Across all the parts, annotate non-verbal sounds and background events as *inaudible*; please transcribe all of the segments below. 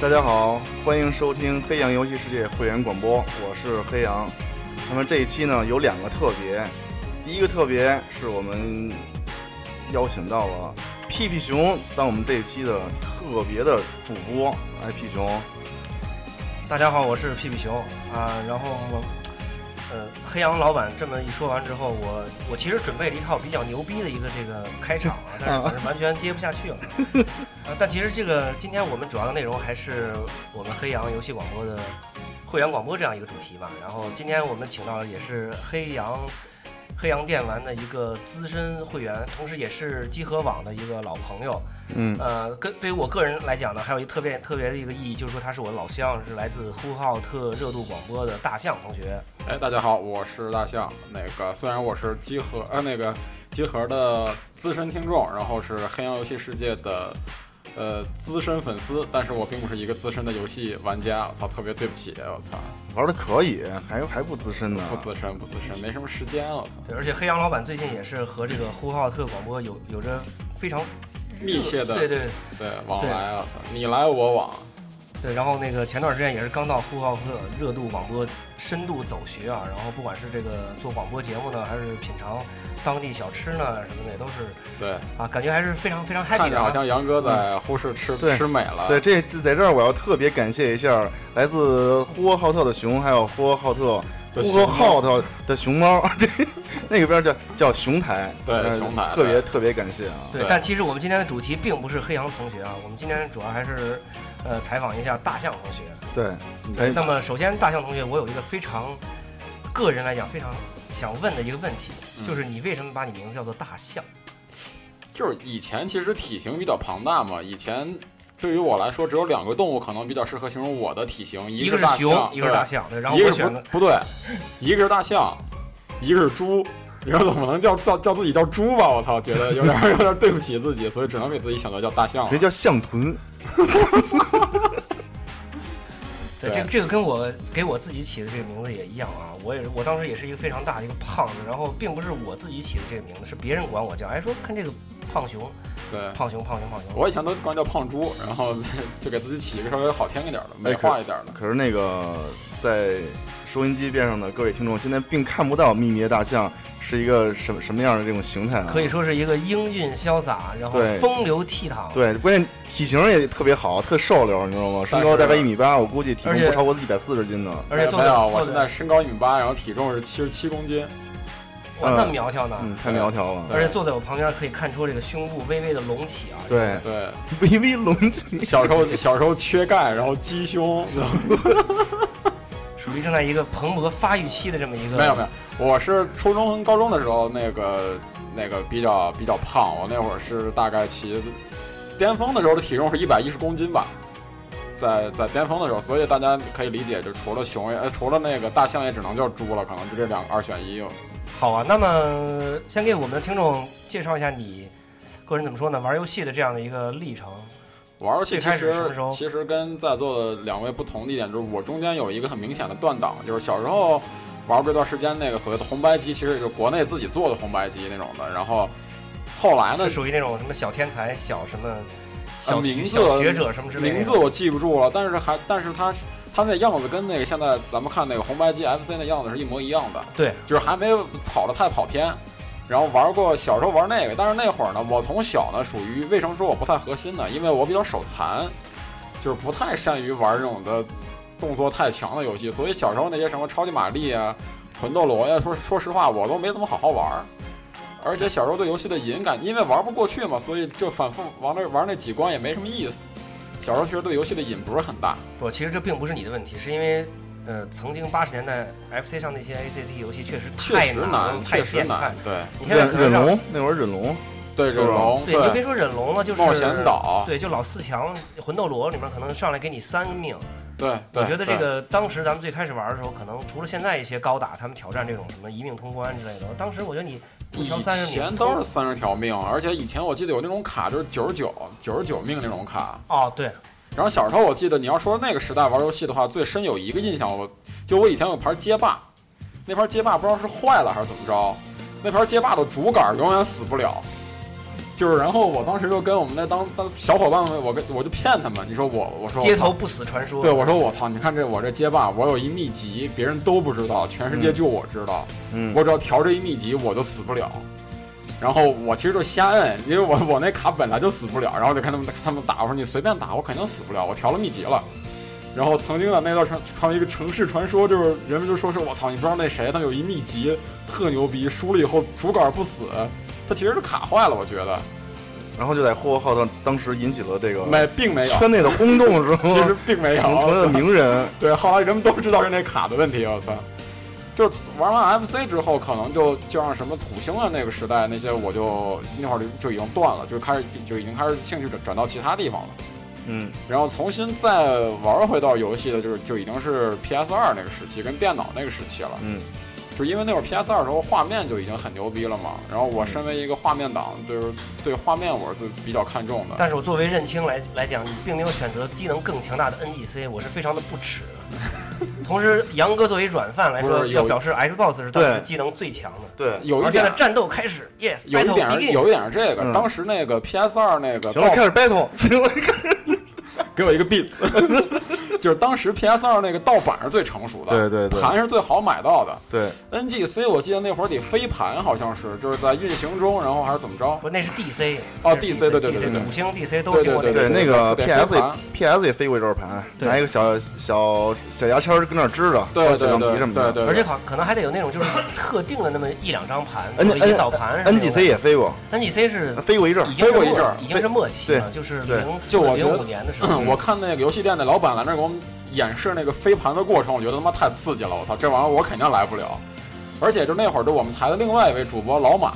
大家好，欢迎收听黑羊游戏世界会员广播，我是黑羊。那么这一期呢有两个特别，第一个特别是我们邀请到了屁屁熊当我们这一期的特别的主播。哎，屁熊，大家好，我是屁屁熊啊。然后我，呃，黑羊老板这么一说完之后，我我其实准备了一套比较牛逼的一个这个开场啊，但是反正完全接不下去了。啊，但其实这个今天我们主要的内容还是我们黑羊游戏广播的会员广播这样一个主题吧。然后今天我们请到的也是黑羊黑羊电玩的一个资深会员，同时也是集合网的一个老朋友。嗯，呃，跟对于我个人来讲呢，还有一特别特别的一个意义，就是说他是我的老乡，是来自呼和浩特热度广播的大象同学。哎，大家好，我是大象。那个虽然我是集合呃那个集合的资深听众，然后是黑羊游戏世界的呃资深粉丝，但是我并不是一个资深的游戏玩家。我操，特别对不起，我操，啊玩的可以，还还不资深呢。不资深不资深，没什么时间，我操。对，而且黑羊老板最近也是和这个呼和浩特广播有有着非常密切的对对对往来，我操，你来我往，对。然后那个前段时间也是刚到呼和浩特热度广播深度走学啊，然后不管是这个做广播节目呢，还是品尝当地小吃呢什么的，也都是对，啊，感觉还是非常非常 happy 看着的、好啊。像杨哥在呼市吃对吃美了，对，这这在这儿我要特别感谢一下来自呼和浩特的熊，还有呼和浩特的呼熊和猫浩特的熊猫， *laughs* 这那个边儿叫叫熊台，对呃熊台特别对特别感谢啊。对对，但其实我们今天的主题并不是黑羊同学啊，我们今天主要还是呃采访一下大象同学。对，哎那么，首先，大象同学，我有一个非常个人来讲非常想问的一个问题，嗯就是你为什么把你名字叫做大象？就是以前其实体型比较庞大嘛，以前。对于我来说，只有两个动物可能比较适合形容我的体型，一个个是熊，一个是大象大象。对，对然后一我个是选的，不不对，一个是大象，一个是猪。你说怎么能叫叫叫自己叫猪吧？我操，觉得有点有点对不起自己，所以只能给自己选择叫大象了别。哎叫象臀，对，对这个这个跟我给我自己起的这个名字也一样啊。我也是，我当时也是一个非常大的一个胖子，然后并不是我自己起的这个名字，是别人管我叫，哎，说看这个胖熊，对，胖熊，胖熊，胖熊。嗯我以前都光叫胖猪，然后 *laughs* 就给自己起一个稍微好听一点的、哎美可化一点的。可是那个在收音机边上的各位听众，现在并看不到秘密的大象是一个什么什么样的这种形态啊？可以说是一个英俊潇洒，然后对风流倜傥，对，关键体型也特别好，特瘦溜，你知道吗？身高大概一米八，我估计体重而且不超过一百四十斤呢。而且哎做没的有，做我现在身高一米八，然后体重是七十七公斤。哇那嗯苗条呢，嗯，太苗条了。而且坐在我旁边可以看出这个胸部微微的隆起啊，对， *laughs* 对，微微隆起。小时候小时候缺钙，然后鸡胸。属于正在一个蓬勃发育期的这么一个。没有没有，我是初中、高中的时候那个那个比较比较胖，我那会儿是大概骑巅峰的时候的体重是一百一十公斤吧，在在巅峰的时候，所以大家可以理解，就除了熊也、呃、除了那个大象也只能叫猪了，可能就这两个二选一。好啊，那么先给我们的听众介绍一下你个人怎么说呢，玩游戏的这样的一个历程。玩游戏其最开始什么实时候其实跟在座的两位不同的一点就是，我中间有一个很明显的断档，就是小时候玩过一段时间那个所谓的红白机，其实也就国内自己做的红白机那种的，然后后来呢是属于那种什么小天才、小什么、小呃名字小学者什么之类的。名字我记不住了，但是还，但是他他那样子跟那个现在咱们看那个红白机 FC 那样子是一模一样的，对，就是还没有跑得太跑偏。然后玩过小时候玩那个，但是那会儿呢，我从小呢属于为什么说我不太核心呢？因为我比较手残，就是不太善于玩这种的动作太强的游戏，所以小时候那些什么超级玛丽啊、魂斗罗呀，说说实话我都没怎么好好玩儿。而且小时候对游戏的瘾感，因为玩不过去嘛，所以就反复玩那玩那几关也没什么意思。小时候其实对游戏的瘾不是很大，不，其实这并不是你的问题，是因为。呃，曾经八十年代 FC 上那些 ACT 游戏确实确太实难难，了，确太实变态难了。。对你现在忍可能忍让龙那会儿忍龙，对，是吧忍龙对，你就别说忍龙了，就是冒险岛对，就老四强魂斗罗里面可能上来给你三个命。对，对我觉得这对个当时咱们最开始玩的时候，可能除了现在一些高打，他们挑战这种什么一命通关之类的，当时我觉得你不挑以三十前命都是三十条命，而且以前我记得有那种卡就是九十九、九十九命那种卡。哦，对，然后小时候我记得你要说那个时代玩游戏的话，最深有一个印象，我就我以前有盘街霸，那盘街霸不知道是坏了还是怎么着，那盘街霸的主杆永远死不了。就是然后我当时就跟我们那当当小伙伴们，我跟我就骗他们，你说我我说街头不死传说。对，我说我操，你看这我这街霸，我有一秘籍，别人都不知道，全世界就我知道。嗯，我只要调这一秘籍，我就死不了。然后我其实就瞎摁，因为我 *laughs* 我那卡本来就死不了，然后就看他们他们打，我说你随便打，我肯定死不了，我调了秘籍了。然后曾经的那段传传一个城市传说，就是人们就说是我操，你不知道那谁他有一秘籍特牛逼，输了以后主杆不死，他其实是卡坏了，我觉得，然后就在呼和浩特当时引起了这个没并没有，圈内的轰动，是吗？其实并没有，成成了名人。对，后来人们都知道是那卡的问题，我操！就玩完 FC 之后，可能就就让什么土星的那个时代那些，我就那会儿就就已经断了，就开始就就已经开始兴趣转转到其他地方了。嗯，然后重新再玩回到游戏的，就是就已经是 PS 二那个时期跟电脑那个时期了。嗯，就因为那会儿 PS 二时候画面就已经很牛逼了嘛，然后我身为一个画面党，就是对画面我是比较看重的。但是我作为认清来来讲，你并没有选择机能更强大的 NGC，我是非常的不耻的。同时，杨哥作为软饭来不说，是有要表示 Xbox 是当时对技能最强的。对，有一而现点在战斗开始，Yes，有一 battle 点是 begin 有一点是这个，嗯当时那个 PS 二那个行了，爆开始 battle，行了，开始。给我一个 beats，就是当时 PS 二那个盗版是最成熟的，对对对盘是最好买到的。对， NGC 我记得那会儿得飞盘，好像是就是在运行中，然后还是怎么着？不，那是 DC 那哦是 DC 对对对对对五星 DC 都对经过对这对，个。那个对 PS 飞也盘 PS 也飞过一阵儿盘，对拿一个小小小牙签儿跟那儿支着，对或者对小橡皮对对什么对的。对，而且可可能还得有那种就是特定的那么一两 *laughs* 张盘， N 做引导盘嗯是 N 那种 G C 也飞过， NGC 是飞过一阵儿已。经是飞过一末阵儿已经是末期了，就是对零四就我觉零得五年的时 *laughs* 候。啊我看那个游戏店的老板来那儿给我们演示那个飞盘的过程，我觉得他妈太刺激了，我操，这玩意儿我肯定来不了。而且就那会儿，就我们台的另外一位主播老马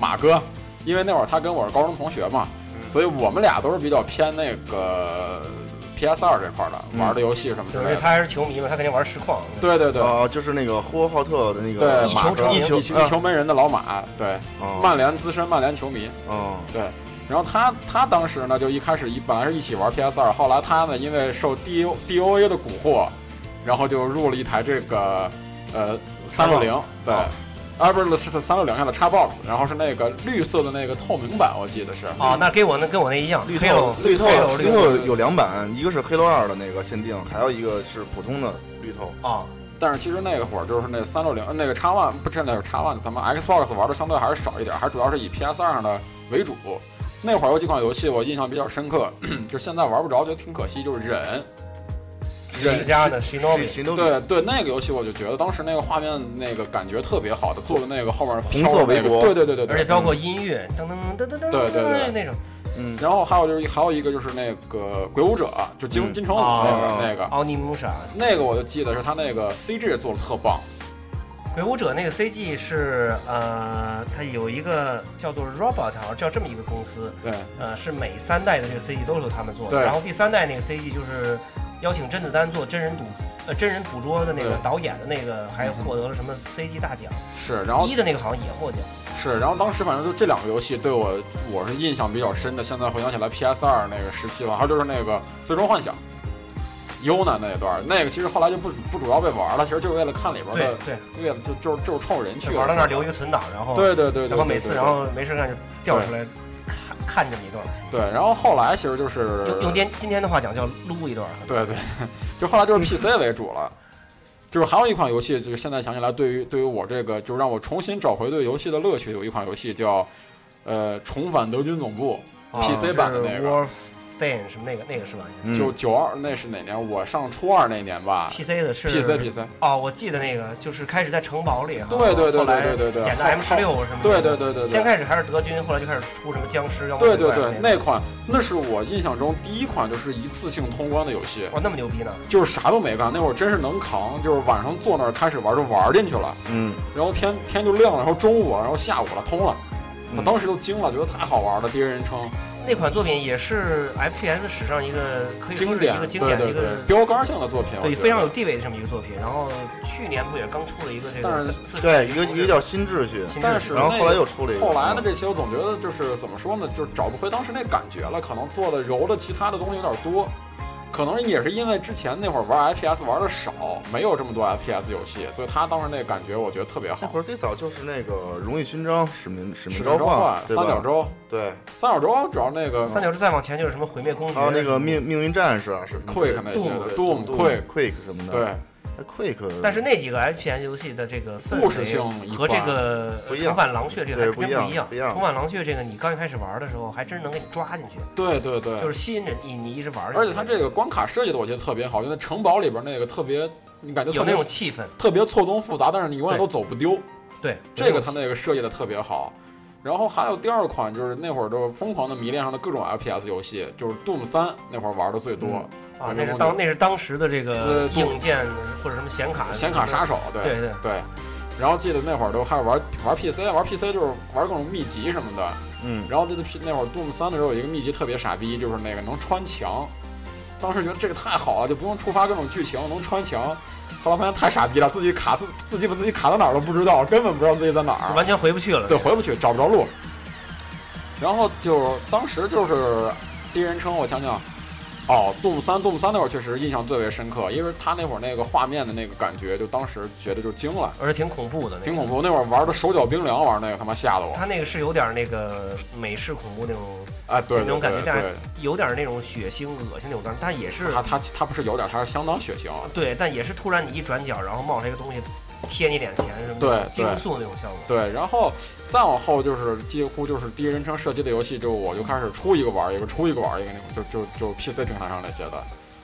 马哥，因为那会儿他跟我是高中同学嘛，嗯所以我们俩都是比较偏那个 PS 二这块儿的玩的游戏什么之对，而类且的。他还嗯是球迷嘛，他肯定玩实况。对对对，啊，就是那个呼和浩特的那个对一马球嗯哥成一一球球一球门人的老马，对，哦曼联资深曼联球迷，哦，对。然后他他当时呢，就一开始一本来是一起玩 PS 二，后来他呢因为受 D O D O A 的蛊惑，然后就入了一台这个呃三六零，对，啊不是是三六零上的 Xbox，然后是那个绿色的那个透明版，我记得是。哦，那跟我那跟我那一样，绿黑透了绿透黑了绿绿透有两版，一个是黑楼二的那个限定，还有一个是普通的绿透。啊，但是其实那个会儿就是那三六零呃那个 X One 不是那个 X One，他们 Xbox 玩的相对还是少一点，还主要是以 PS 二上的为主。那会儿有几款游戏我印象比较深刻， *clears throat* 就现在玩不着，觉得挺可惜，就是忍。史家的 Shinobi，谁都对对，那个游戏我就觉得当时那个画面那个感觉特别好，它做的那个后面红色围飘脖着那个对对对对而且对。包括音乐，噔噔噔噔噔对噔对对噔那种。嗯，然后还有就是还有一个就是那个鬼舞者，就金嗯金城武那个哦那个奥尼姆啥？那个我就记得是他那个 CG 做的特棒，鬼舞者那个 CG 是呃，它有一个叫做 Robot，好像叫这么一个公司，对呃，是每三代的这个 CG 都是由他们做的。对然后第三代那个 CG 就是邀请甄子丹做真人赌呃真人捕捉的那个对导演的那个，还获得了什么 CG 大奖。是，然后一的那个好像也获奖。是，然后当时反正就这两个游戏对我我是印象比较深的。现在回想起来，PS 二那个时期了，还有就是那个《最终幻想》优娜那一段儿，那个其实后来就不不主要被玩了，其实就是为了看里边对的，对，为了就就是就是冲人去就的玩到那儿留一个存档，然后对对对对，哦然后每次对然后没事干就调出来看看这么一段，对，然后后来其实就是用用今今天的话讲叫撸一段。对 *laughs* 对，就后来 *laughs* 就是 PC 为主了。就是还有一款游戏，就是现在想起来，对于对于我这个，就是让我重新找回对游戏的乐趣，有一款游戏叫，呃，《重返德军总部》PC 啊版的那个 Wolfstein 啊什么那个那个是吧嗯就九二那是哪年？我上初二那年吧。 ？PC 的是 PC PC，哦，我记得那个就是开始在城堡里哈，对对对后来对对对对捡到好 M 十六什么的，对对对对先对，开始还是德军，后来就开始出什么僵尸，妖魔对对鬼怪对，那那款那是我印象中第一款就是一次性通关的游戏，哇那么牛逼呢，就是啥都没干，那会儿真是能扛，就是晚上坐那儿开始玩就玩进去了，嗯，然后天天就亮了，然后中午，啊然后下午了，通了。我嗯当时就惊了，觉得太好玩了，第一人称那款作品也是 FPS 史上一个可以说经是典一个，经对典的对一对个，标杆性的作品，我对，觉非常得有地位的这么一个作品。然后去年不也刚出了一个这但个是四四对，一个一个叫新秩序，新但秩是序，然后那后来个又出了一个，嗯后来的这些，我总觉得就是怎么说呢，就是找不回当时那感觉了，可能做的揉的其他的东西有点多，可能也是因为之前那会儿玩 FPS 玩的少，没有这么多 FPS 游戏，所以他当时那个感觉我觉得特别那好会。儿最早就是那个《荣誉勋章》《使命使使命命召召唤、对三吧角洲、对，三角洲主要那个三角洲再往前就是什么毁灭公爵，还有那个命命运战士啊，是 Quake 那些的 Doom Doom、Quake， Quake 什么的，对，嗯哎，Quake，但是那几个 FPS 游戏的这个氛围故事性一和这个不一样重返狼穴这个对还真不一样样不一样。重返狼穴这个你刚一开始玩的时候，还真能给你抓进去，对对对，就是吸引着你，你一直玩下去。而且它这个关卡设计的我觉得特别好，就那城堡里边那个特别，你感觉特有那别种气氛，特别错综复杂，但是你永远都走不丢。对这个它它那个设计的特别好。然后还有第二款就是那会儿就是疯狂的迷恋上了各种 FPS 游戏，就是 Doom 三那会儿玩的最多，啊，那那个是公当爵那是当时的这个呃对硬件或者什么显卡，显卡杀手，对对对然后记得那会儿都还玩玩 PC，玩 PC 就是玩各种秘籍什么的。嗯，然后这个 P 那会儿 Doom 三的时候有一个秘籍特别傻逼，就是那个能穿墙。当时觉得这个太好了，就不用触发各种剧情，能穿墙。后来发现太傻逼了，自己卡自自己把自己卡到哪儿都不知道，根本不知道自己在哪儿。完全回不去了。对，回不去，找不着路。然后就当时就是第一人称，我想想，哦，Doom 三，Doom 三那会儿确实印象最为深刻，因为他那会儿那个画面的那个感觉，就当时觉得就惊了，而且挺恐怖的，那个挺恐怖。那会儿玩的手脚冰凉，玩那个他妈吓得我。它那个是有点那个美式恐怖那种，哎，对那对种感觉对但是对，有点那种血腥、恶心那种感觉，但也是他他他不是有点，他是相当血腥。啊对，但也是突然你一转角，然后冒出一个东西贴你脸前什么的对惊对悚那种效果。对，然后再往后就是几乎就是第一人称射击的游戏，就我就开始出一个玩一个，出一个玩一个那种，就就就 PC 平台上那些的。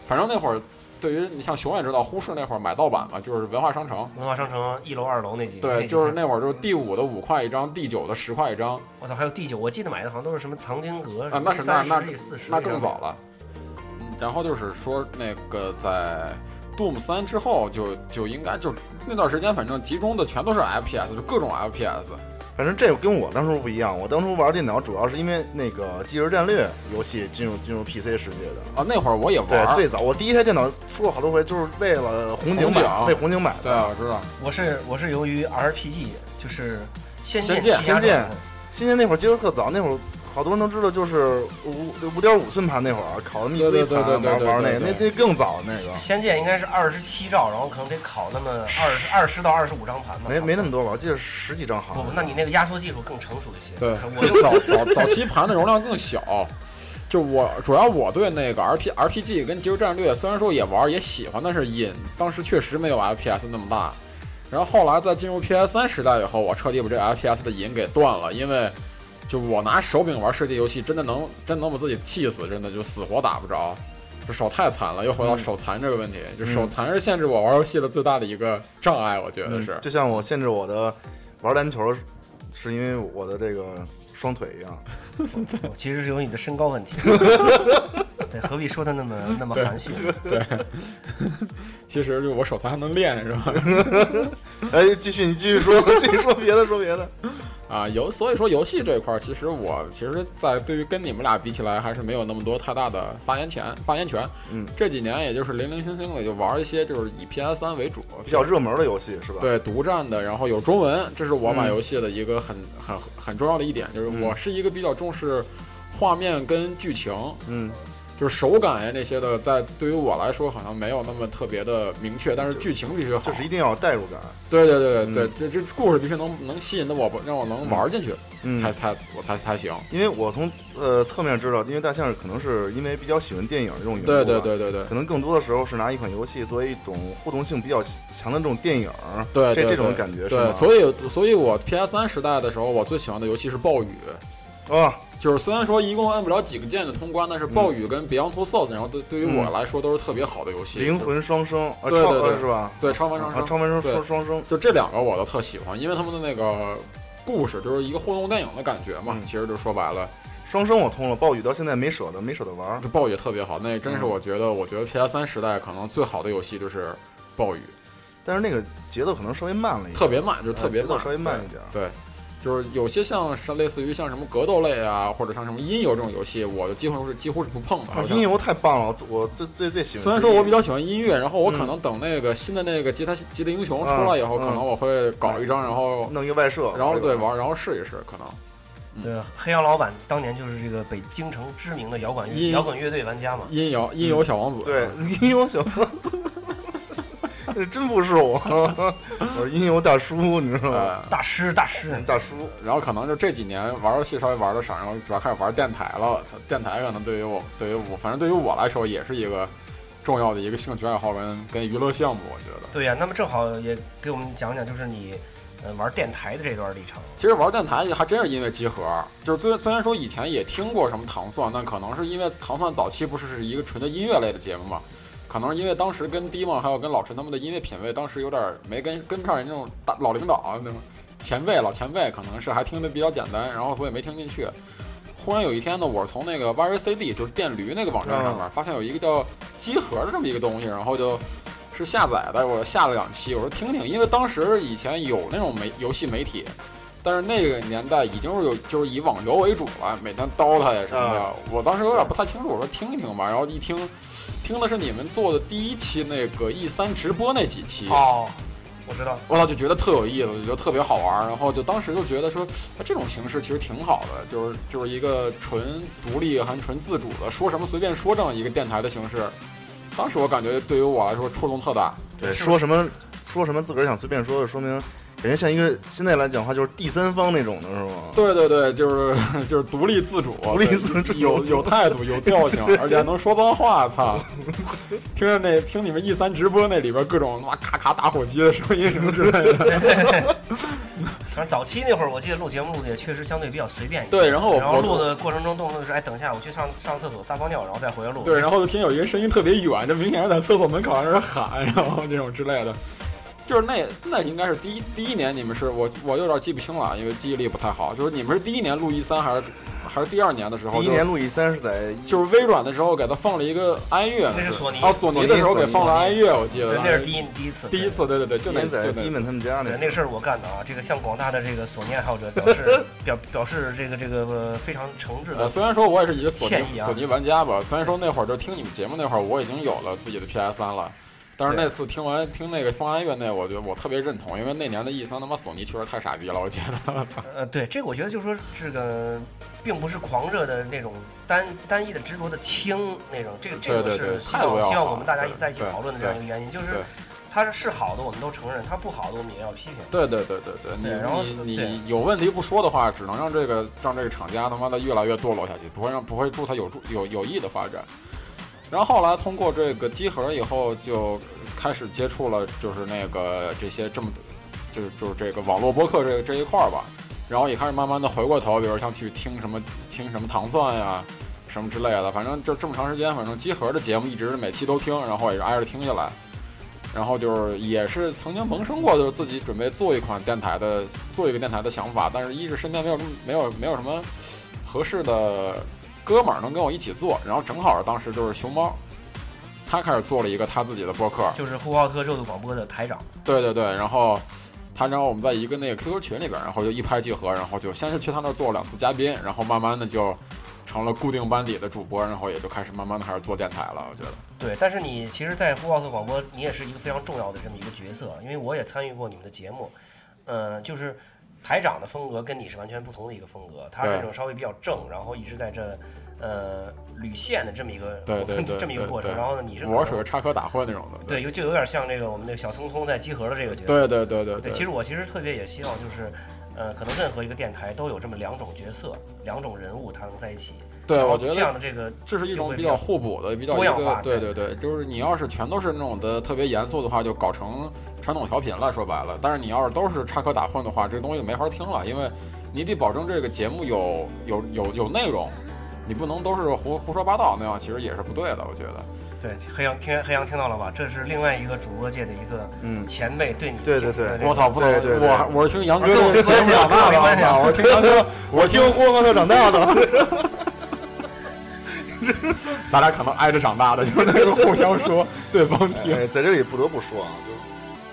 反正那会儿，对于你像熊也知道，忽视那会儿买盗版嘛，就是文化商城。文化商城一楼、二楼那几对，几就是层那会儿就是第五的五块一张，第九的十块一张，我操，还有第九，我记得买的好像都是什么藏经阁啊那是那那四十那更早了。嗯，然后就是说那个在 Doom 三之后就就应该就那段时间，反正集中的全都是 FPS，就各种 FPS。反正这个跟我当初不一样，我当初玩电脑主要是因为那个即时战略游戏进入进入 PC 世界的。啊，那会儿我也玩对，儿。最早我第一台电脑说过好多回，就是为了红警红警买，为红警买对，的。我知道。我是我是由于 RPG 就是仙剑仙剑奇侠仙剑传新年那会儿接触特早，那会儿好多人都知道，就是五五点五寸盘那会儿，考那么一堆对对盘对对对玩对玩那对个，那对那更早那个。仙剑啊应该是二十七兆，然后可能得考那么二十二十到二十五张盘吧。没没那么多。多吧，我记得十几张好不像。不，哦那你那个压缩技术更成熟一些。对我就 *laughs* 就早早早期盘的容量更小。就我主要我对那个 R P R P G 跟即时战略，虽然说也玩也喜欢，但是瘾当时确实没有 F P S 那么大。然后后来在进入 P S 三时代以后，我彻底把这 F P S 的瘾给断了，因为就我拿手柄玩射击游戏，真的能真能把自己气死，真的就死活打不着，就手太残了。又回到手残这个问题，就手残是限制我玩游戏的最大的一个障碍，我觉得是。嗯就像我限制我的玩篮球，是因为我的这个双腿一样。 *laughs* 我其实是由于你的身高问题。对，何必说的那么那么含蓄？其实就我手残还能练，是吧？哎，继续你继续说， *laughs* 继续说别的，说别的。啊，游所以说游戏这一块，儿，其实我其实，在对于跟你们俩比起来，还是没有那么多太大的发言权。发言权，嗯，这几年也就是零零星星的就玩一些就是以 PS 三为主，比较热门的游戏是吧？，对独占的，然后有中文，这是我嗯买游戏的一个很、很很重要的一点，就是嗯我是一个比较重视画面跟剧情，嗯，就是手感呀那些的，在对于我来说好像没有那么特别的明确，但是剧情必须好，就是一定要有代入感。对对对对对嗯，这这故事必须能能吸引的我，让我能玩进去，才嗯，才我才才行。因为我从呃侧面知道，因为大象是可能是因为比较喜欢电影这种元素，对对，对对对可能更多的时候是拿一款游戏作为一种互动性比较强的这种电影，对，这对这种对感觉是吗？对，所以所以我 PS 三时代的时候，我最喜欢的游戏是暴雨。啊，就是虽然说一共按不了几个键的通关，但是暴雨跟 Beyond Two Souls，然后对对于我嗯来说都是特别好的游戏。灵魂双生啊，对对超对呃是吧？对超凡双啊，生，超凡生对双双生，就这两个我都特喜欢，因为他们的那个故事就是一个互动电影的感觉嘛。嗯其实就说白了，双生我通了，暴雨到现在没舍得，没舍得玩儿。这暴雨特别好，那嗯真是我觉得，我觉得 PS 三时代可能最好的游戏就是暴雨，但是那个节奏可能稍微慢了一点，特别慢，就是特别呃节奏慢，稍微慢一点。对，就是有些像是类似于像什么格斗类啊，或者像什么音游这种游戏，我就几乎是几乎是不碰的。啊好，像音游太棒了，我最我最最最喜欢。虽然说我比较喜欢音乐，然后我嗯可能等那个新的那个吉他吉他英雄出来以后，嗯可能我会搞一张，然后弄一个外设，然后对吧？玩，然后试一试可能。对，黑羊老板当年就是这个北京城知名的摇滚一乐摇滚乐队玩家嘛。音游音游小王子，对，音游小王子，这真不是我， *laughs* 我是音游大叔，你知道吗？呃，大师，大师，大叔，然后可能就这几年玩游戏稍微玩的少，然后主要开始玩电台了。我操，电台可能对于我，对于我，反正对于我来说也是一个重要的一个兴趣爱好跟跟娱乐项目。我觉得，对呀、那么正好也给我们讲讲，就是你，呃，玩电台的这段历程。其实玩电台还真是因为集合，就是虽虽然说以前也听过什么糖蒜，但可能是因为糖蒜早期不是是一个纯的音乐类的节目嘛，可能是因为当时跟 d 梦还有跟老陈他们的音乐品味，当时有点没跟跟不上人家这种大老领导啊那种前辈老前辈，可能是还听得比较简单，然后所以没听进去。忽然有一天呢，我是从那个 YCD 就是电驴那个网站上面发现有一个叫集合的这么一个东西，然后就是下载的，我下了两期，我说听听，因为当时以前有那种媒游戏媒体，但是那个年代已经是有就是以网游为主了，每天刀他呀什么的啊。我当时有点不太清楚，我说听一听吧。然后一听，听的是你们做的第一期那个 E 三直播那几期，哦，我知道，我操就觉得特有意思，就觉得特别好玩。然后就当时就觉得说，哎这种形式其实挺好的，就是就是一个纯独立还纯自主的，说什么随便说这么一个电台的形式。当时我感觉对于我来说触动特大，对，是说什么说什么自个儿想随便说的，说明人家像一个现在来讲话就是第三方那种的是吗？对对对，就是就是独立自主，*laughs* 独啊立自主对有有态度，有 *laughs* 调性，而且还能说脏话，操！ *laughs* 听着那听你们 E 三直播那里边各种哇咔咔打火机的声音什么之类的。反正早期那会儿，我记得录节目录的也确实相对比较随便一点。对，然后我然后录我的过程中，动不动是哎，等一下，我去上上厕所撒泡尿，然后再回来录。对，然后就听有一个声音特别远，就明显是在厕所门口让人喊，然后这种之类的。就是那那应该是第一第一年你们是我我有点记不清了，因为记忆力不太好。就是你们是第一年录 E 三还是还是第二年的时候？第一年录一三是在就是微软的时候给它放了一个安乐，那是索尼啊，索尼的时候给放了安乐，我记得对，那是第一第一次，第一次，对对对，第就一那年在就那迪次们他们家对。对，那那事儿我干的啊！这个向广大的这个索尼爱好者表 *laughs* 示表表示这个这个呃非常诚挚呃，的，虽然说我也是一个索歉尼意啊索尼玩家吧，虽然说那会儿就听你们节目那会儿，我已经有了自己的 PS 三了，但是对那次听完听那个放安乐那，我觉得我特别认同，因为那年的 E 三他妈索尼确实太傻逼了，我觉得。呃，对，这个我觉得就是说这个并不是狂热的那种单单一的执着的轻那种，这个这对个对对是希态度要望希望好我们大家一对在一起对讨论的这样一个原因，就是对它是好的我们都承认，它不好的我们也要批评。对对对对对，你对然后你对你有问题不说的话，只能让这个让这个厂家他妈的越来越堕落下去，不会让不会助他有助有有益的发展。然后后来通过这个机核以后，就开始接触了，就是那个这些这么，就是就是这个网络播客这这一块儿吧。然后也开始慢慢的回过头，比如像去听什么听什么糖蒜呀，什么之类的，反正就这么长时间，反正集合的节目一直是每期都听，然后也是挨着听下来，然后就是也是曾经萌生过，就是自己准备做一款电台的，做一个电台的想法，但是一是身边没有这么没有没有什么合适的哥们儿能跟我一起做，然后正好当时就是熊猫，他开始做了一个他自己的播客， *laughs* 就是呼和浩特热度广播的台长，对对对，然后他然后我们在一个那个 QQ 群里边，然后就一拍即合，然后就先是去他那儿做了两次嘉宾，然后慢慢的就成了固定班底的主播，然后也就开始慢慢的开始做电台了。我觉得对，但是你其实，在呼和浩特广播，你也是一个非常重要的这么一个角色，啊因为我也参与过你们的节目，呃，就是台长的风格跟你是完全不同的一个风格，他是对那种稍微比较正，然后一直在这呃捋线的这么一个对 *laughs* 对对这么一个对过程，对然后呢，你是我可属能于插科打诨那种的。对，就就有点像这个我们那个小聪聪在集合的这个角色，对对对对对，其实我其实特别也希望就是，呃，可能任何一个电台都有这么两种角色、两种人物，他能在一起。对，然后我觉这得样的这个，这是一就种会比比较较互补的，比较多一样个化对对对对，就是你要是全都是那种的特别严肃的话，就搞成传统调频了。说白了，但是你要是都是插科打诨的话，这东西就没法听了，因为你得保证这个节目有有有有内容，你不能都是胡胡说八道那样，其实也是不对的。我觉得，对黑羊听黑羊听到了吧？这是另外一个主播界的一个嗯，前辈对你对进对行对的这个我操，不能对对对我我是听杨哥啊跟我这个没关节目系跟长大的，我没我关系啊操我听杨哥，我听呼和浩特长大的， *laughs* 咱俩可能挨着长大的，就是那个互相说对方听。 *laughs* 哎，在这里不得不说啊，就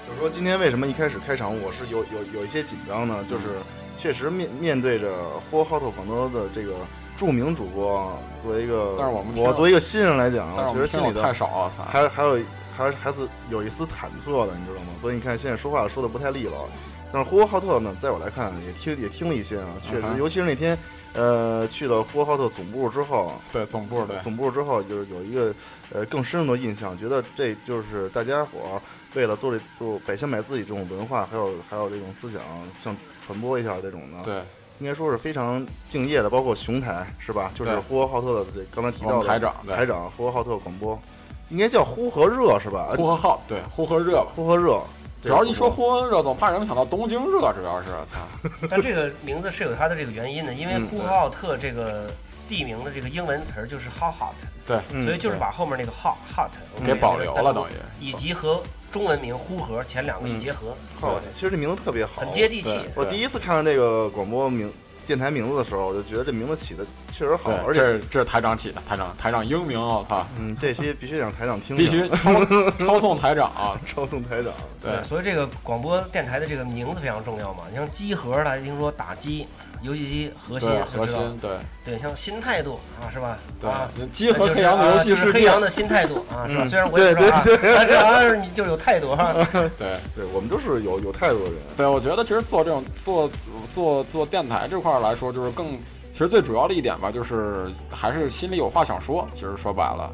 就是说今天为什么一开始开场我是有有有一些紧张呢？就是嗯确实面面对着呼和浩特广播的这个著名主播啊，作为一个，但是我们听我作为一个新人来讲啊，但是我其们实心听里友头太少，我操。还还有还还是有一丝忐忑的，你知道吗？所以你看现在说话说的不太利落，啊但是呼和浩特呢，在我来看啊也听也听了一些啊，确实嗯，哼尤其是那天，呃，去了呼和浩特总部之后，啊对总部对，总部之后就是有一个呃更深入的印象，觉得这就是大家伙儿为了做这做百姓买自己这种文化，还有还有这种思想，像传播一下这种的，对应该说是非常敬业的。包括熊台是吧？就是对呼和浩特的这刚才提我到们的台长对台长呼和浩特广播，应该叫呼和热是吧？呃呼和浩对呼和热吧。呼和热，主要一说呼和热，总怕人们想到东京热，主要是操， *laughs* 但这个名字是有它的这个原因的，因为嗯呼和浩特这个地名的这个英文词儿就是 hot hot，对，嗯，所以就是把后面那个 hot hot 给保留了等于，以及和中文名呼和前两个嗯一结合，对对其实这名字特别好，很接地气。对我第一次看到这个广播名电台名字的时候，我就觉得这名字起的确实好对，，而且这是这是台长起的，台长台长英明，啊我操，嗯，这期必须让台长听着，必嗯须超超送台长 *laughs* 啊，抄送台长。对所以这个广播电台的这个名字非常重要嘛。你像机核，大家听说打机、游戏机、核心对就核知道了，心对对，像新态度啊，是吧？啊。对，集 *laughs* 合就是黑羊的游啊戏就是世黑界羊，的新态度啊，是吧？嗯虽然我也不知道啊，对但是好像是你就是有态度哈。对对我们都是有有态度的人，对，我觉得其实做这种做做做电台这块儿来说，就是更其实最主要的一点吧，就是还是心里有话想说。其实说白了，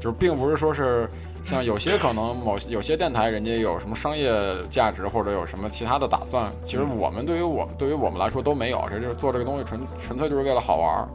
就是并不是说是像有些可能某有些电台人家有什么商业价值或者有什么其他的打算，其实我们对于我对于我们来说都没有，这就是做这个东西纯纯粹就是为了好玩儿。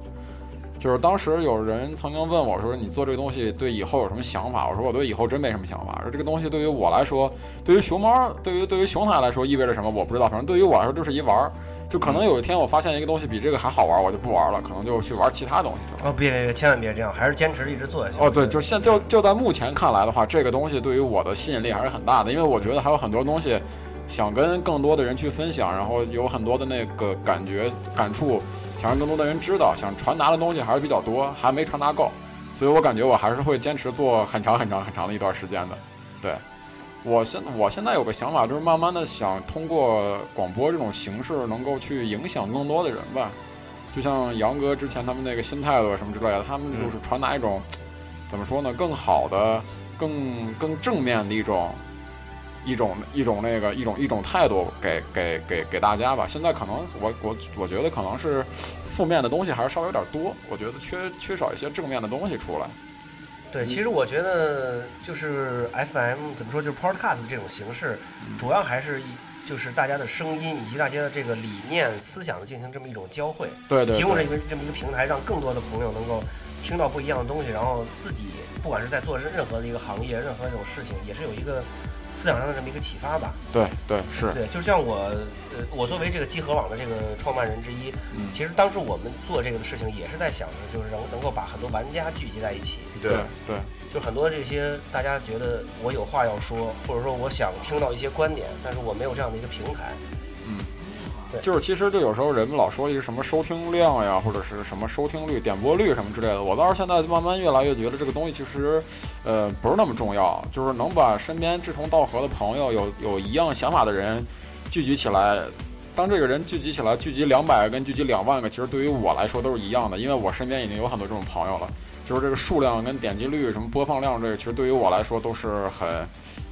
就是当时有人曾经问我说：“你做这个东西对以后有什么想法？”我说：“我对以后真没什么想法。说这个东西对于我来说，对于熊猫，对于对于熊台来说意味着什么，我不知道。反正对于我来说就是一玩儿。就可能有一天我发现一个东西比这个还好玩儿，我就不玩儿了，可能就去玩其他东西去了。哦，别别别，千万别这样，还是坚持一直做下去。哦，对，就现就就在目前看来的话，这个东西对于我的吸引力还是很大的，因为我觉得还有很多东西想跟更多的人去分享，然后有很多的那个感觉感触，想让更多的人知道，想传达的东西还是比较多，还没传达够，所以我感觉我还是会坚持做很长很长很长的一段时间的。对，我现我现在有个想法，就是慢慢的想通过广播这种形式，能够去影响更多的人吧。就像杨哥之前他们那个新态度什么之类的，他们就是传达一种怎么说呢，更好的、更更正面的一种一种一种那个一种一种态度给给给给大家吧。现在可能我我我觉得可能是负面的东西还是稍微有点多，我觉得缺缺少一些正面的东西出来。对，其实我觉得就是 FM 怎么说，就是 podcast 这种形式，主要还是一就是大家的声音以及大家的这个理念、思想进行这么一种交汇，对对提供这对一个这么一个平台，让更多的朋友能够听到不一样的东西，然后自己不管是在做任任何的一个行业、任何一种事情，也是有一个思想上的这么一个启发吧。对对是，对，就像我，呃，我作为这个集合网的这个创办人之一，嗯其实当时我们做这个事情也是在想着，就是能能够把很多玩家聚集在一起，对对就很多这些大家觉得我有话要说，或者说我想听到一些观点，但是我没有这样的一个平台。就是其实就有时候人们老说一个什么收听量呀，或者是什么收听率、点播率什么之类的，我倒是现在慢慢越来越觉得这个东西其实，呃，不是那么重要，就是能把身边志同道合的朋友、有有一样想法的人聚集起来。当这个人聚集起来，聚集两百个跟聚集两万个，其实对于我来说都是一样的，因为我身边已经有很多这种朋友了。就是这个数量跟点击率、什么播放量，这个其实对于我来说都是很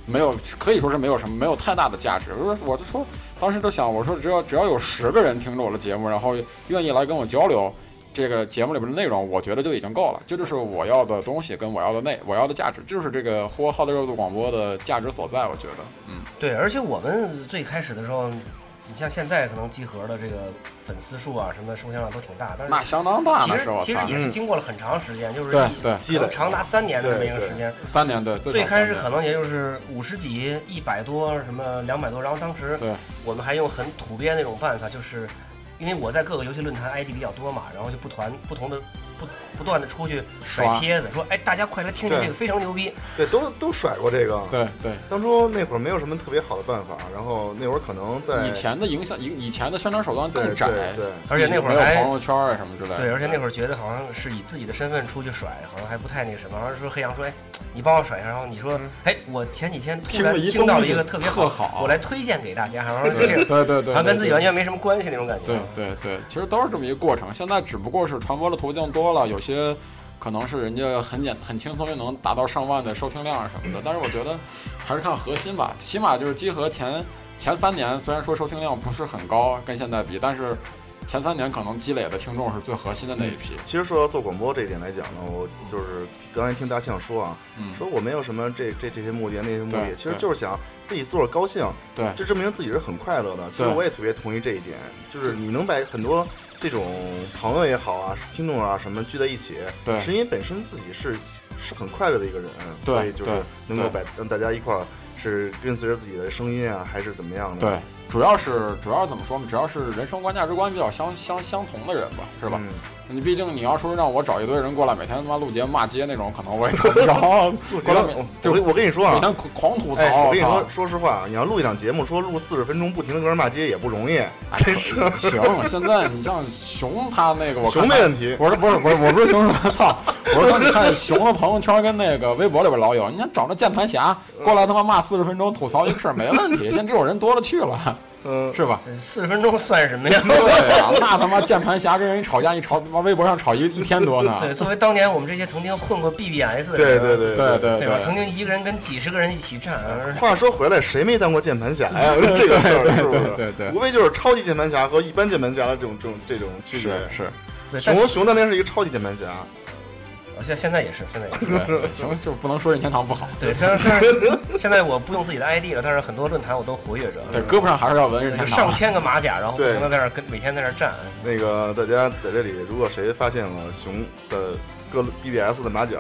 没有，可以说是没有什么没有太大的价值。我说，我就说当时就想，我说只要只要有十个人听着我的节目，然后愿意来跟我交流这个节目里边的内容，我觉得就已经够了。这就是我要的东西，跟我要的内我要的价值，这就是这个呼和浩特热度广播的价值所在。我觉得，嗯，对，而且我们最开始的时候，你像现在可能集合的这个粉丝数啊，什么收听量都挺大，但那是相当大其呢，是实我其操嗯实，也是经过了很长时间，就是对一对，积累长达三年的这么一个对时间。三年对，最最少开三始年可能也就是五十几、一百多、什么两百多，然后当时对我们还用很土鳖那种办法，就是因为我在各个游戏论坛 ID 比较多嘛，然后就不团不同的不不断的出去甩刷帖子，说哎大家快来听听对这个非常牛逼，对，都都甩过这个。对对。当初那会儿没有什么特别好的办法，然后那会儿可能在以前的影响，以以前的宣传手段对更窄，对对而且那会儿没有还朋友圈啊什么之类的。对，而且那会儿觉得好像是以自己的身份出去甩，好像还不太那个什么。然后说黑羊说，哎，你帮我甩一下。然后你说，哎，我前几天突嗯听然了一听到东了西一个特别特好我来推荐给大家。然后对这对个，对对对，好像跟自己完全。全没什么关嗯系那种感觉。对对对，其实都是这么一个过程。现在只不过是传播的途径多了，有些可能是人家很简很轻松就能达到上万的收听量啊什么的。但是我觉得还是看核心吧，起码就是集合前前三年，虽然说收听量不是很高，跟现在比，但是前三年可能积累的听众是最核心的那一批。其实说到做广播这一点来讲呢，我就是刚才听大庆说啊，嗯，说我没有什么这这这些目的那些目对的，其实对就是想自己做着高兴，对这证明自己是很快乐的。其实哎对我也特别同意这一点，就是你能把很多这种朋友也好啊、听众啊什么聚在一起，对是因为本身自己是是很快乐的一个人，对所以就是对能够把让大家一块儿是跟随着自己的声音啊，还是怎么样的，对，主要是主要是怎么说呢？主要是人生观、价值观比较相相相同的人吧，是是吧？嗯、你毕竟你要说让我找一堆人过来，每天他妈录节目骂街那种，可能我也找不着。过来每我就我我跟你说啊每。天狂狂吐槽，哎，我跟你操说，说实话，你要录一档节目，说录四十分钟，不停的跟人骂街也不容易，哎 *laughs* 真是。 *laughs* 行，现在你像熊他那个，我看熊没问题我说不是不是，我不是熊，我 *laughs* 操！我说你看熊的朋友圈跟那个微博里边老有，你看找那键盘侠过来他妈骂四十分钟吐槽一个事儿没问题，现在这种人多了去了，嗯，是 *laughs* 吧？这四十分钟算什么呀？对啊，那他妈键盘侠跟人一吵架一吵，他妈微博上吵一一天多呢。对，作为当年我们这些曾经混过 BBS 的对人，对对啊对对。对对吧？曾经一个人跟几十个人一起站，而话说回来，谁没当过键盘侠 *laughs* 呀？这个事儿是不是？对对对对无非就是超级键盘侠和一般键盘侠的这种这种这种区别。是是，对但熊熊当年是一个超级键盘侠，是现现在也是，现在也是。 *laughs* 对，对行，就不能说任天堂不好，对，虽然虽 *laughs* 然现在我不用自己的 ID 了，但是很多论坛我都活跃着。对，胳膊上还是要纹任就天上堂。千个马甲，然后不对停的在那儿跟每天在那儿站。那个大家在这里，如果谁发现了熊的各 BBS 的马甲，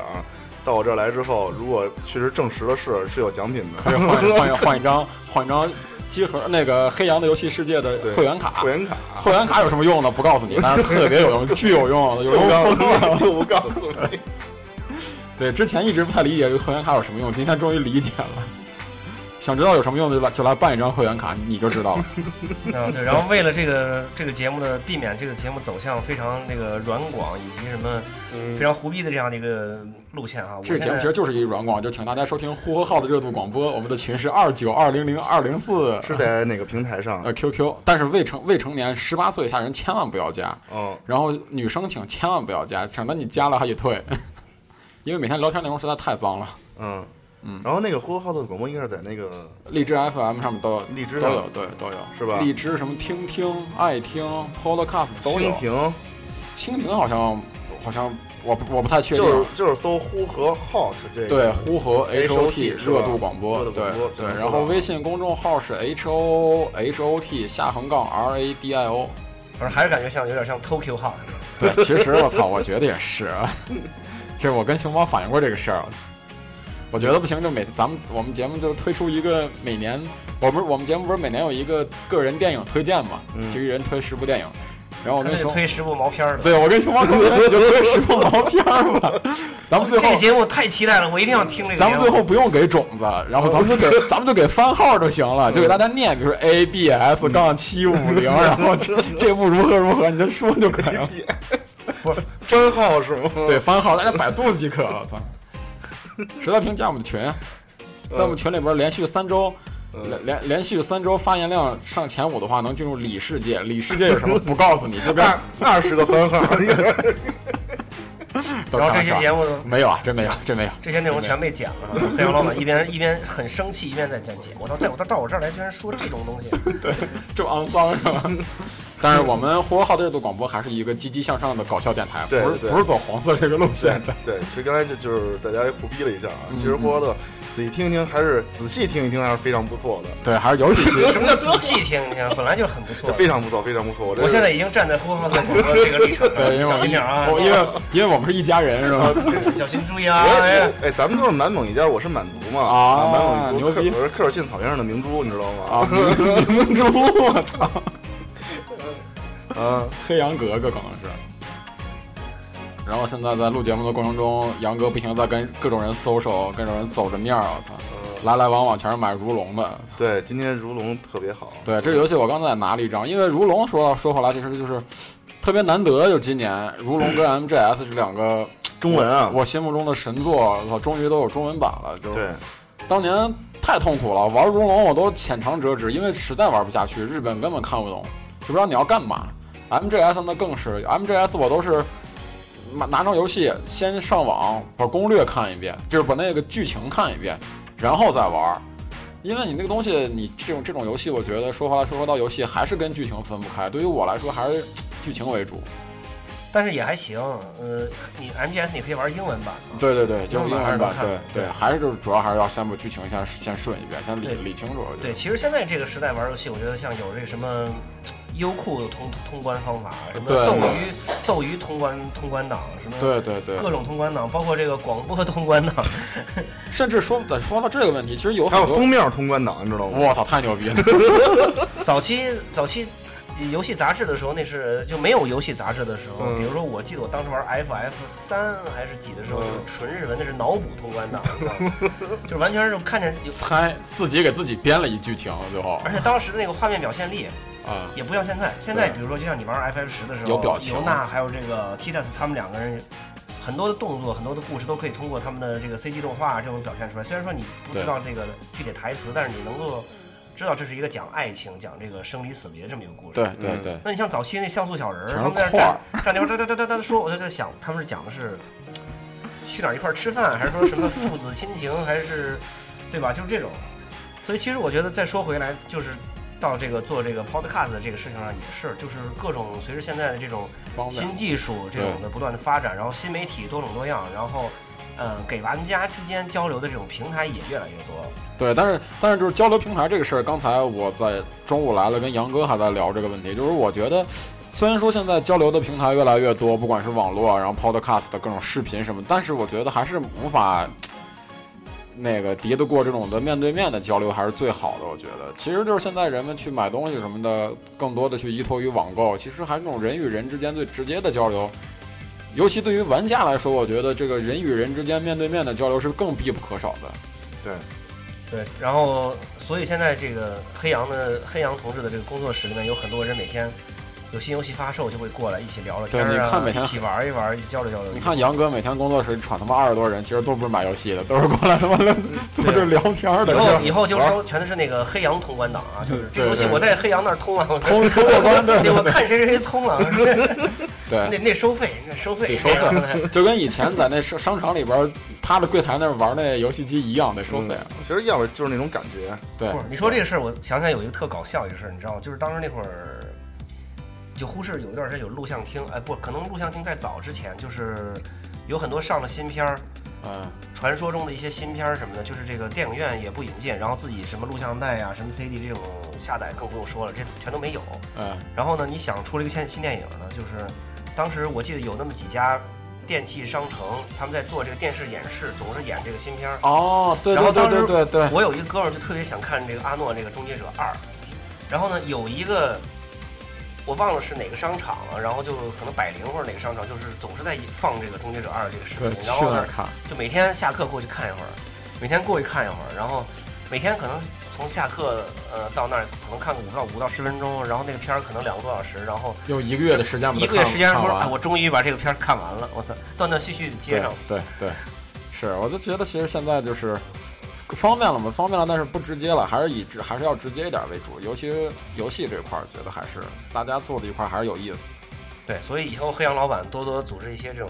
到我这儿来之后，如果确实证实了是是有奖品的，可以 *laughs* 换一换一换一张换一张集合那个黑羊的游戏世界的对会员卡会。员卡，会员卡有什么用呢？不告诉你，但是特别有用，巨有用，有就不用告疯了。诉就不告诉 *laughs* 你。对，之前一直不太理解会员卡有什么用，今天终于理解了。想知道有什么用就来就来办一张会员卡，你就知道了。嗯，对。然后为了这个这个节目的避免这个节目走向非常那个软广以及什么非常胡逼的这样的一个路线啊，我嗯这现个节目在其实就是一软广，就请大家收听呼和浩的热度广播，我们的群是二九二零零二零四，是在哪个平台上？呃 QQ，但是未成未成年十八岁以下人千万不要加，嗯，然后女生请千万不要加，省得你加了还得退， *laughs* 因为每天聊天内容实在太脏了。嗯嗯，然后那个呼和浩特的广播应该是在那个荔枝 FM 上面都有，荔枝都上有，对都有，是吧荔枝什么听听、爱听、Podcast 都有蜻。蜓，蜻蜓好像好像我不我不太确定。啊就是就是搜呼和 hot 这个，对，呼和 H O T HOT 是吧热度广播热，度对广播只对，能搜到然后微信公众号是 H O H O T 下横杠 R A D I O，反正还是感觉像有点像 Tokyo 号。 *laughs* 对，其实我操，我觉得也是，啊 *laughs* 就是我跟熊猫反映过这个事儿，啊我觉得不行，就每咱们我们节目就推出一个每年，我们我们节目不是每年有一个个人电影推荐嘛，嗯就一人推十部电影，然后我他跟就熊，推十部毛片儿的。对我跟熊猫说，你就推十部毛片儿吧，咱们最这后个节目太期待了，我一定要听这个节目。咱们最后不用给种子，然后咱们就给咱们就给番号就行了，就给大家念，比如说 A B S 杠七五零，然后这这部如何如何，你就说就可以了。分号是吗？对，番号大家百度即可。我 *laughs* 操！嗯石哦大平加我们的群，在我们群里边连续三周。连连连续三周发言量上前五的话，能进入里世界。里世界有什么？ *laughs* 不告诉你，这边二二十个分号，都然后开这玩些笑节目没有啊，真没有，真没有。 *laughs* 这些内容全被剪了。黑羊老板一边一边很生气，一边在讲解。我到这我到到我这儿来，居然说这种东西。这么肮脏是 *laughs* 吧？但是我们呼和浩特热度广播还是一个积极向上的搞笑电台，对不是对不是走黄色这个路线的。 *laughs* 对，其实刚才就就是大家胡逼了一下啊。其实霍华德仔细听一听，还是仔细听一听，还是非常不错的，对， *laughs* 还是有几期什么叫仔细听一听？本来就很不错就。非常不错，非常不错。我这我现在已经站在呼和浩特广播这个立场对，了，因为我小们心点啊！我因为因为我们是一家人是 *laughs* 吧？小心注意我啊！哎也，哎，咱们都是满蒙一家，我是满族嘛，啊满蒙一族，牛克逼我是科尔沁草原上的明珠，你知道吗？啊，明珠，我操，啊，黑羊格格可能是。然后现在在录节目的过程中，杨哥不停地在跟各种人搜手，各种人走着面儿，我操，来来往往全是买如龙的，对，今天如龙特别好，对，这个游戏我刚才也拿了一张，因为如龙说说回来，其实就是特别难得，就今年如龙跟 MGS 这两个中文啊，我心目中的神作，我终于都有中文版了。就是对，当年太痛苦了，玩如龙我都浅尝辄止，因为实在玩不下去，日本根本看不懂，就不知道你要干嘛。MGS 那更是，MGS 我都是拿拿着游戏先上网把攻略看一遍，就是把那个剧情看一遍，然后再玩儿。因为你那个东西，你这种这种游戏，我觉得说回来说回到游戏，还是跟剧情分不开。对于我来说，还是剧情为主。但是也还行。呃，你 MGS 你可以玩英文版嘛，对对对，就是英文英文版版，还是对能看对，对还是就是主要还是要先把剧情先先顺一遍，先理对理清楚。我觉得对，其实现在这个时代玩游戏，我觉得像有这什么优酷的通通关方法，什么对斗鱼斗鱼通关通关档，什么对对对各种通关档，包括这个广播通关档，甚至说呃说到这个问题，其实有还有很多，封面通关档，你知道吗？我操，太牛逼了！早期早期游戏杂志的时候，那是就没有游戏杂志的时候。嗯比如说，我记得我当时玩 FF 三还是几的时候，嗯就是纯日文，那是脑补通关档，你知道吗 *laughs* 就是完全是看着有。 *laughs* 猜自己给自己编了一剧情，最后而且当时的那个画面表现力啊，也不像现在，现在对比如说就像你玩 FF 十的时候，有表情尤娜还有这个 Titus 他们两个人，很多的动作、很多的故事都可以通过他们的这个 CG 动画这种表现出来。虽然说你不对知道这个具体台词，但是你能够知道这是一个讲爱情、讲这个生离死别这么一个故事。对对嗯对，那你像早期那像素小人儿，全是他们在那块儿站站那块儿哒哒哒哒哒说，我就在想，他们是讲的是去哪儿一块儿吃饭，还是说什么父子亲情，还是对吧？就是这种。所以其实我觉得再说回来，就是到这个做这个 podcast 的这个事情上也是，就是各种随着现在的这种方便新技术这种的不断的发展，然后新媒体多种多样，然后嗯、呃给玩家之间交流的这种平台也越来越多。对，但是但是就是交流平台这个事儿，刚才我在中午来了，跟杨哥还在聊这个问题，就是我觉得。虽然说现在交流的平台越来越多，不管是网络啊，然后 Podcast 各种视频什么，但是我觉得还是无法那个敌得过这种的面对面的交流，还是最好的。我觉得，其实就是现在人们去买东西什么的，更多的去依托于网购，其实还是这种人与人之间最直接的交流。尤其对于玩家来说，我觉得这个人与人之间面对面的交流是更必不可少的。对，对，然后所以现在这个黑羊的黑羊同志的这个工作室里面有很多人每天有新游戏发售就会过来一起聊聊天对儿你看啊，每天一起玩一玩，一起交流交流。你看杨哥每天工作室闯他妈二十多人，其实都不是买游戏的，都是过来他妈的嗯 *laughs* 坐啊这聊天儿以的。后 *laughs* 以后就说全都是那个黑羊通关档啊，就是这对游戏对我在黑羊那儿通啊，我 *laughs* 通通过关 *laughs* 对对，我看谁谁谁通 *laughs* 了， *laughs* 那对，那收费，那收费，得 *laughs* 收费，就跟以前在那商商场里边趴着柜台那儿玩那游戏机一样，得收费。嗯其实要不然就是那种感觉，对不是，你说这个事儿，我想起来有一个特搞笑的一个事儿，你知道吗？就是当时那会儿，就忽视有一段时间有录像厅，哎，不，可能录像厅在早之前就是有很多上了新片儿，嗯，传说中的一些新片儿什么的，就是这个电影院也不引进，然后自己什么录像带呀、什么 CD 这种下载更不用说了，这全都没有。嗯，然后呢，你想出了一个新新电影呢，就是当时我记得有那么几家电器商城，他们在做这个电视演示，总是演这个新片儿。哦，对对对对对对，我有一个哥们儿就特别想看这个阿诺这个《终结者二》，然后呢，有一个我忘了是哪个商场了，然后就可能百灵或者哪个商场，就是总是在放这个《终结者二》这个视对频，然去后那呢儿，看，就每天下课过去看一会儿，每天过去看一会儿，然后每天可能从下课呃到那儿可能看个五到五到十分钟，然后那个片儿可能两个多小时，然后用一个月的时间把它一个月看时间看说，完哎，我终于把这个片儿看完了，我操，断断续续的接上。对对对，是，我就觉得其实现在就是方便了嘛，方便了，但是不直接了，还是以直还是要直接一点为主，尤其游戏这块儿，觉得还是大家做的一块儿还是有意思。对，所以以后黑羊老板多多组织一些这种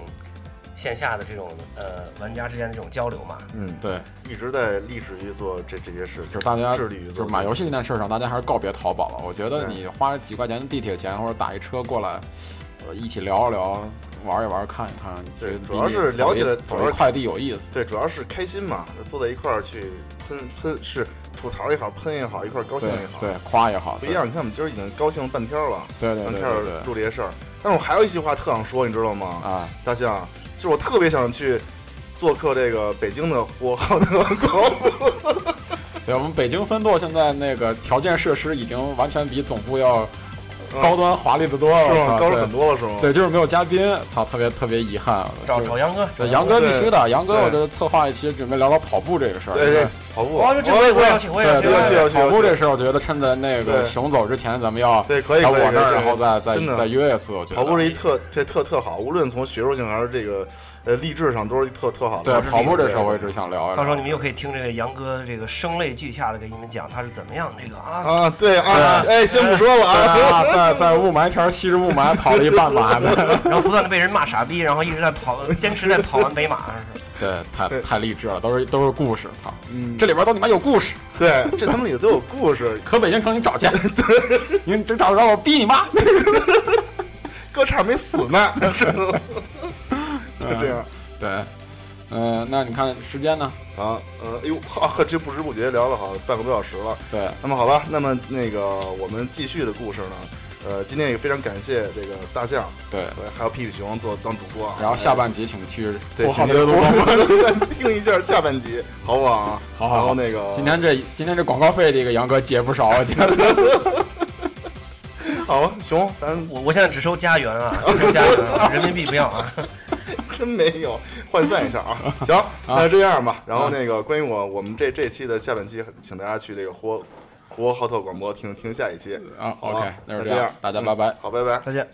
线下的这种呃玩家之间的这种交流嘛。嗯，对，一直在立志于做这这些事就情是，大家致力于就做是买游戏这件事上，大家还是告别淘宝了。我觉得对你花几块钱的地铁钱或者打一车过来，呃，一起聊一聊，玩一玩，看一看，对觉得主要比是走聊起一来主走要一是快递有意思。对，主要是开心嘛，坐在一块儿去喷喷是吐槽也好，喷也好，一块儿高兴对也好，对，夸也好，不对一样。你看我们今儿已经高兴了半天了，对对半对天对儿对录这些事儿。但是我还有一句话特想说，你知道吗？啊！大象，就是我特别想去做客这个北京的呼和浩 *laughs* 特广播。对，我们北京分舵现在那个条件设施已经完全比总部要嗯高端华丽的多了，是操吗？高了对很多了是吗？对，就是没有嘉宾，操，特别特别遗憾。找就找杨哥，对杨哥必对须的，杨哥，对我这策划一期准备聊聊跑步这个事儿。对对，跑步。哦，这这我也要去，我也要对去，对对我也要有对，趣有跑趣步这事儿，我觉得趁在那个对熊走之前，咱们要对，可以到可以我可以那儿，然后可以再再真的再约一次。我觉得跑步是一特这特特好，无论从学术性还是这个呃励志上，都是一特特好的。对我是跑步励志这事儿，的我一直想聊一聊。到时候你们又可以听这个杨哥这个声泪俱下的给你们讲他是怎么样这个啊，啊，对啊，哎，先不说了对啊，啊，在在雾霾天吸着雾霾跑了一半 *laughs* 马呢，然后不断的被人骂傻逼，然后一直在跑，坚持在跑完北马。对，太太励志了，都是都是故事，操，嗯这里边都你妈有故事， *laughs* 对，这他们里都有故事，可北京城你找去， *laughs* 你这找不着我逼你妈，哥差点没死 *laughs* 呢，是吗就这样。对，嗯、那你看时间呢？啊，呃，哎呦，哈，呵 *laughs* 这不知不觉聊了好半个多小时了。对，那么好吧，那么那个我们继续的故事呢，呃，今天也非常感谢这个大象，对，呃还有屁屁熊做当主播啊。然后下半集请去对，呼请号您的录播。 *laughs* 多听一下下半集，好不好啊？好好好然后那个今天这今天这广告费，这个杨哥结不少，我觉得。好，熊，咱我我现在只收家元啊，只收家元啊，人民币不要啊。 *laughs* 真没有，换算一下 *laughs* 啊。行，那这样吧。啊然后那个关于我我们这这期的下半期，请大家去这个活活浩特广播听听下一期。啊好，OK，啊那那就这样样，，大家嗯拜拜。好，拜拜。再见。